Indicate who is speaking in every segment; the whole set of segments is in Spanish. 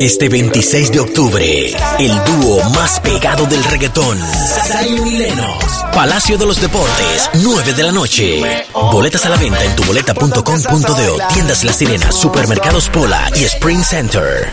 Speaker 1: Este 26 de octubre, el dúo más pegado del reggaetón, Zion y Lennox, Palacio de los Deportes, 9 de la noche. Boletas a la venta en tuboleta.com.de, tiendas La Sirena, supermercados Pola y Spring Center.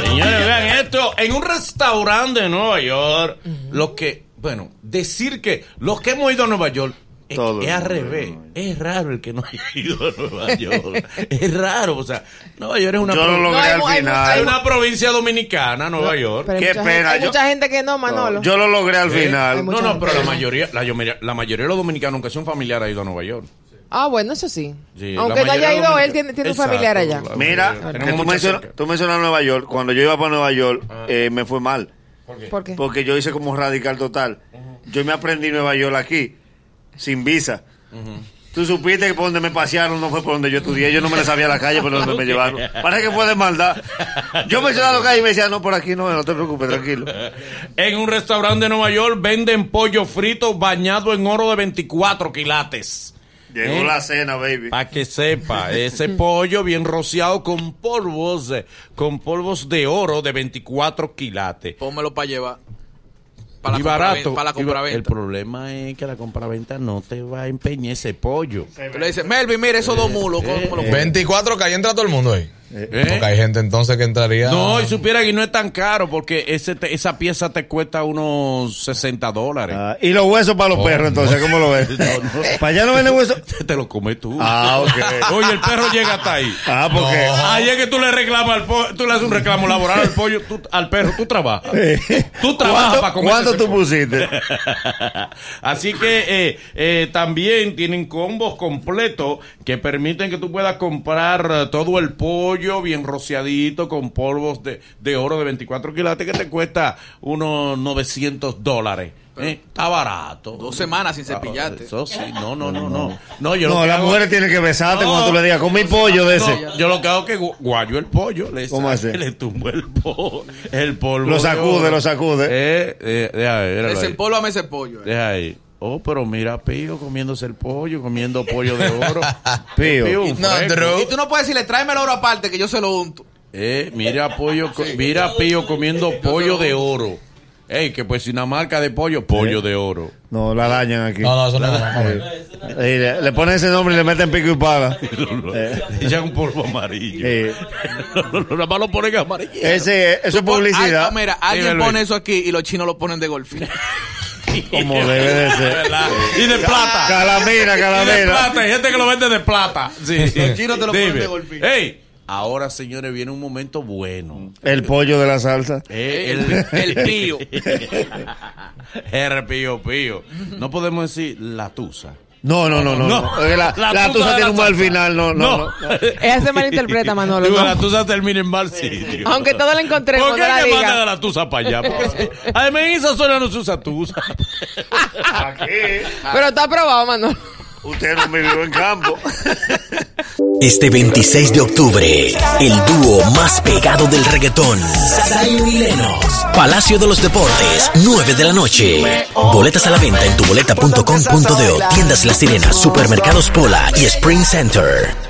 Speaker 2: Señores, vean esto, en un restaurante de Nueva York, lo que, bueno, decir que los que hemos ido a Nueva York es,
Speaker 3: Todo
Speaker 2: es
Speaker 3: el
Speaker 2: al
Speaker 3: mundo
Speaker 2: revés, es raro el que no haya ido a Nueva York, es raro, o sea, Nueva York es una,
Speaker 3: Yo lo
Speaker 2: pro-
Speaker 3: logré
Speaker 4: No,
Speaker 3: al
Speaker 4: hay-
Speaker 2: es
Speaker 4: hay-
Speaker 3: final.
Speaker 2: una provincia dominicana, Nueva York.
Speaker 4: Pero hay
Speaker 3: Qué
Speaker 4: mucha
Speaker 3: pena,
Speaker 4: gente- Hay
Speaker 3: yo-
Speaker 4: mucha gente que no, Manolo.
Speaker 3: Yo lo logré al
Speaker 2: ¿Eh?
Speaker 3: final.
Speaker 2: No,
Speaker 4: mucha
Speaker 2: no,
Speaker 4: gente
Speaker 2: pero la
Speaker 4: que no.
Speaker 2: mayoría, la, mayoría- la mayoría de los dominicanos, aunque sea un familiar, ha ido a Nueva York.
Speaker 4: Ah, bueno, eso sí.
Speaker 2: Sí, la
Speaker 4: Aunque no
Speaker 2: mayoría
Speaker 4: haya
Speaker 2: de los
Speaker 4: ido, él
Speaker 2: dominicanos.
Speaker 4: tiene, tiene un
Speaker 2: Exacto,
Speaker 4: familiar allá.
Speaker 2: la-
Speaker 3: Mira,
Speaker 2: Tenemos
Speaker 3: que tú
Speaker 2: mucha
Speaker 3: mencionas,
Speaker 2: cerca.
Speaker 3: tú mencionas Nueva York. Cuando yo iba para Nueva York, eh, me fue mal.
Speaker 4: ¿Por qué?
Speaker 3: Porque yo hice como un radical total. Yo me aprendí Nueva York aquí, sin visa. Tú supiste que por donde me pasearon no fue por donde yo estudié. Yo no me la sabía la calle por donde me llevaron. Parece que fue de maldad. Yo mencionaba la calle y me decía, no, por aquí no, no te preocupes, tranquilo.
Speaker 2: En un restaurante de Nueva York venden pollo frito bañado en oro de 24 quilates.
Speaker 3: Llegó
Speaker 2: ¿Eh?
Speaker 3: la cena, baby.
Speaker 2: Para que sepa, ese pollo bien rociado con polvos, eh, con polvos de oro de 24 quilates.
Speaker 5: Pónmelo para llevar. Para
Speaker 2: y
Speaker 5: la
Speaker 2: barato.
Speaker 5: compraventa- Para la
Speaker 2: y ba- El
Speaker 5: compraventa.
Speaker 2: problema es que la compraventa no te va a empeñar ese pollo.
Speaker 5: Tú le dices, Melvin, mira esos dos mulos. ¿cómo
Speaker 6: Eh.
Speaker 5: lo-
Speaker 6: 24 que ahí entra todo el mundo ahí.
Speaker 2: ¿Eh?
Speaker 6: Porque hay gente entonces que entraría.
Speaker 2: No, y supiera que no es tan caro porque ese te- esa pieza te cuesta unos 60 dólares.
Speaker 3: Ah, y los huesos para los
Speaker 6: Oh,
Speaker 3: perros, entonces, ¿cómo lo ves? ¿Para allá no venden huesos?
Speaker 2: Te lo comes tú.
Speaker 3: Ah, ok.
Speaker 2: Oye, el perro llega hasta ahí.
Speaker 3: Ah, porque...
Speaker 2: Ahí es que tú le reclamas al pollo, tú le haces un reclamo laboral al pollo, tú- al perro, tú trabajas. Tú trabajas
Speaker 3: ¿Cuánto-
Speaker 2: para comer.
Speaker 3: ¿Cuánto tú pusiste?
Speaker 2: Así que eh, eh, también tienen combos completos que permiten que tú puedas comprar eh, todo el pollo bien rociadito con polvos de, de oro de 24 quilates que te cuesta unos 900 dólares. Eh, está barato.
Speaker 5: Dos semanas sin cepillarte.
Speaker 2: Eso sí, no, no, no, no. No, yo lo
Speaker 3: No,
Speaker 2: que
Speaker 3: las
Speaker 2: hago-
Speaker 3: mujeres tienen que besarte
Speaker 2: No.
Speaker 3: cuando tú le digas, comí pollo de ese.
Speaker 2: No, yo lo que hago es que gu- guayo el pollo, le,
Speaker 3: ¿Cómo
Speaker 2: saco-
Speaker 3: hace?
Speaker 2: le tumbo el, po- el polvo.
Speaker 3: Lo
Speaker 2: de
Speaker 3: sacude,
Speaker 2: oro.
Speaker 3: lo sacude.
Speaker 2: Eh, eh, deja ahí, míralo ahí.
Speaker 5: Desempólvame ese pollo. eh.
Speaker 2: Deja ahí. Oh, pero mira, Pío comiéndose el pollo, comiendo pollo de oro.
Speaker 3: Pío.
Speaker 2: un
Speaker 6: No,
Speaker 2: fresco.
Speaker 6: Drew.
Speaker 5: Y tú no puedes decirle, tráeme el oro aparte que yo se lo unto.
Speaker 2: Eh, mira, pollo, co- mira Pío comiendo pollo de oro. Ey, que pues si una marca de pollo, pollo de oro.
Speaker 3: No, la dañan aquí.
Speaker 6: No, no, eso no. no, no.
Speaker 3: Eh, le, le ponen ese nombre y le meten pico y pala. Eh,
Speaker 2: Ya un polvo amarillo.
Speaker 3: Eh.
Speaker 2: Nada más lo ponen amarillo.
Speaker 3: ese, eso es publicidad.
Speaker 5: Ay, Ah, mira, alguien
Speaker 2: Dímelo.
Speaker 5: pone eso aquí y los chinos lo ponen de golfín.
Speaker 3: Como debe de ser.
Speaker 2: ¿Verdad? Y de plata.
Speaker 3: Calamina,
Speaker 2: Y de
Speaker 3: calamina.
Speaker 2: plata, hay gente que lo vende de plata. Sí, sí.
Speaker 5: Los chinos te lo ponen
Speaker 2: Dime.
Speaker 5: de golpe.
Speaker 2: Ey, ahora señores, viene un momento bueno.
Speaker 3: El pollo de la salsa.
Speaker 2: Eh,
Speaker 5: El, el pío.
Speaker 2: R pío pío. No podemos decir la tusa.
Speaker 3: No, no, no, no.
Speaker 2: No.
Speaker 3: no. Eh, La,
Speaker 2: La
Speaker 3: la
Speaker 2: tusa de
Speaker 3: tusa tiene
Speaker 2: la
Speaker 3: un mal
Speaker 2: salsa.
Speaker 3: final. No, no, no.
Speaker 4: Ella se malinterpreta, Manolo.
Speaker 2: Digo,
Speaker 4: ¿no?
Speaker 2: la tusa termina en mal sitio.
Speaker 4: Aunque todo lo encontremos,
Speaker 2: ¿Por qué
Speaker 4: no la
Speaker 2: que
Speaker 4: diga.
Speaker 2: mandan a la tusa para allá? Porque si- además en esa zona no se usa tusa.
Speaker 3: Aquí,
Speaker 4: Pero está aprobado, Manolo.
Speaker 3: usted no me vio en campo.
Speaker 1: Este 26 de octubre, el dúo más pegado del reggaetón, Zion y Lennox, Palacio de los Deportes, 9 de la noche. Boletas a la venta en tuboleta.com.de, tiendas La Sirena, supermercados Pola y Spring Center.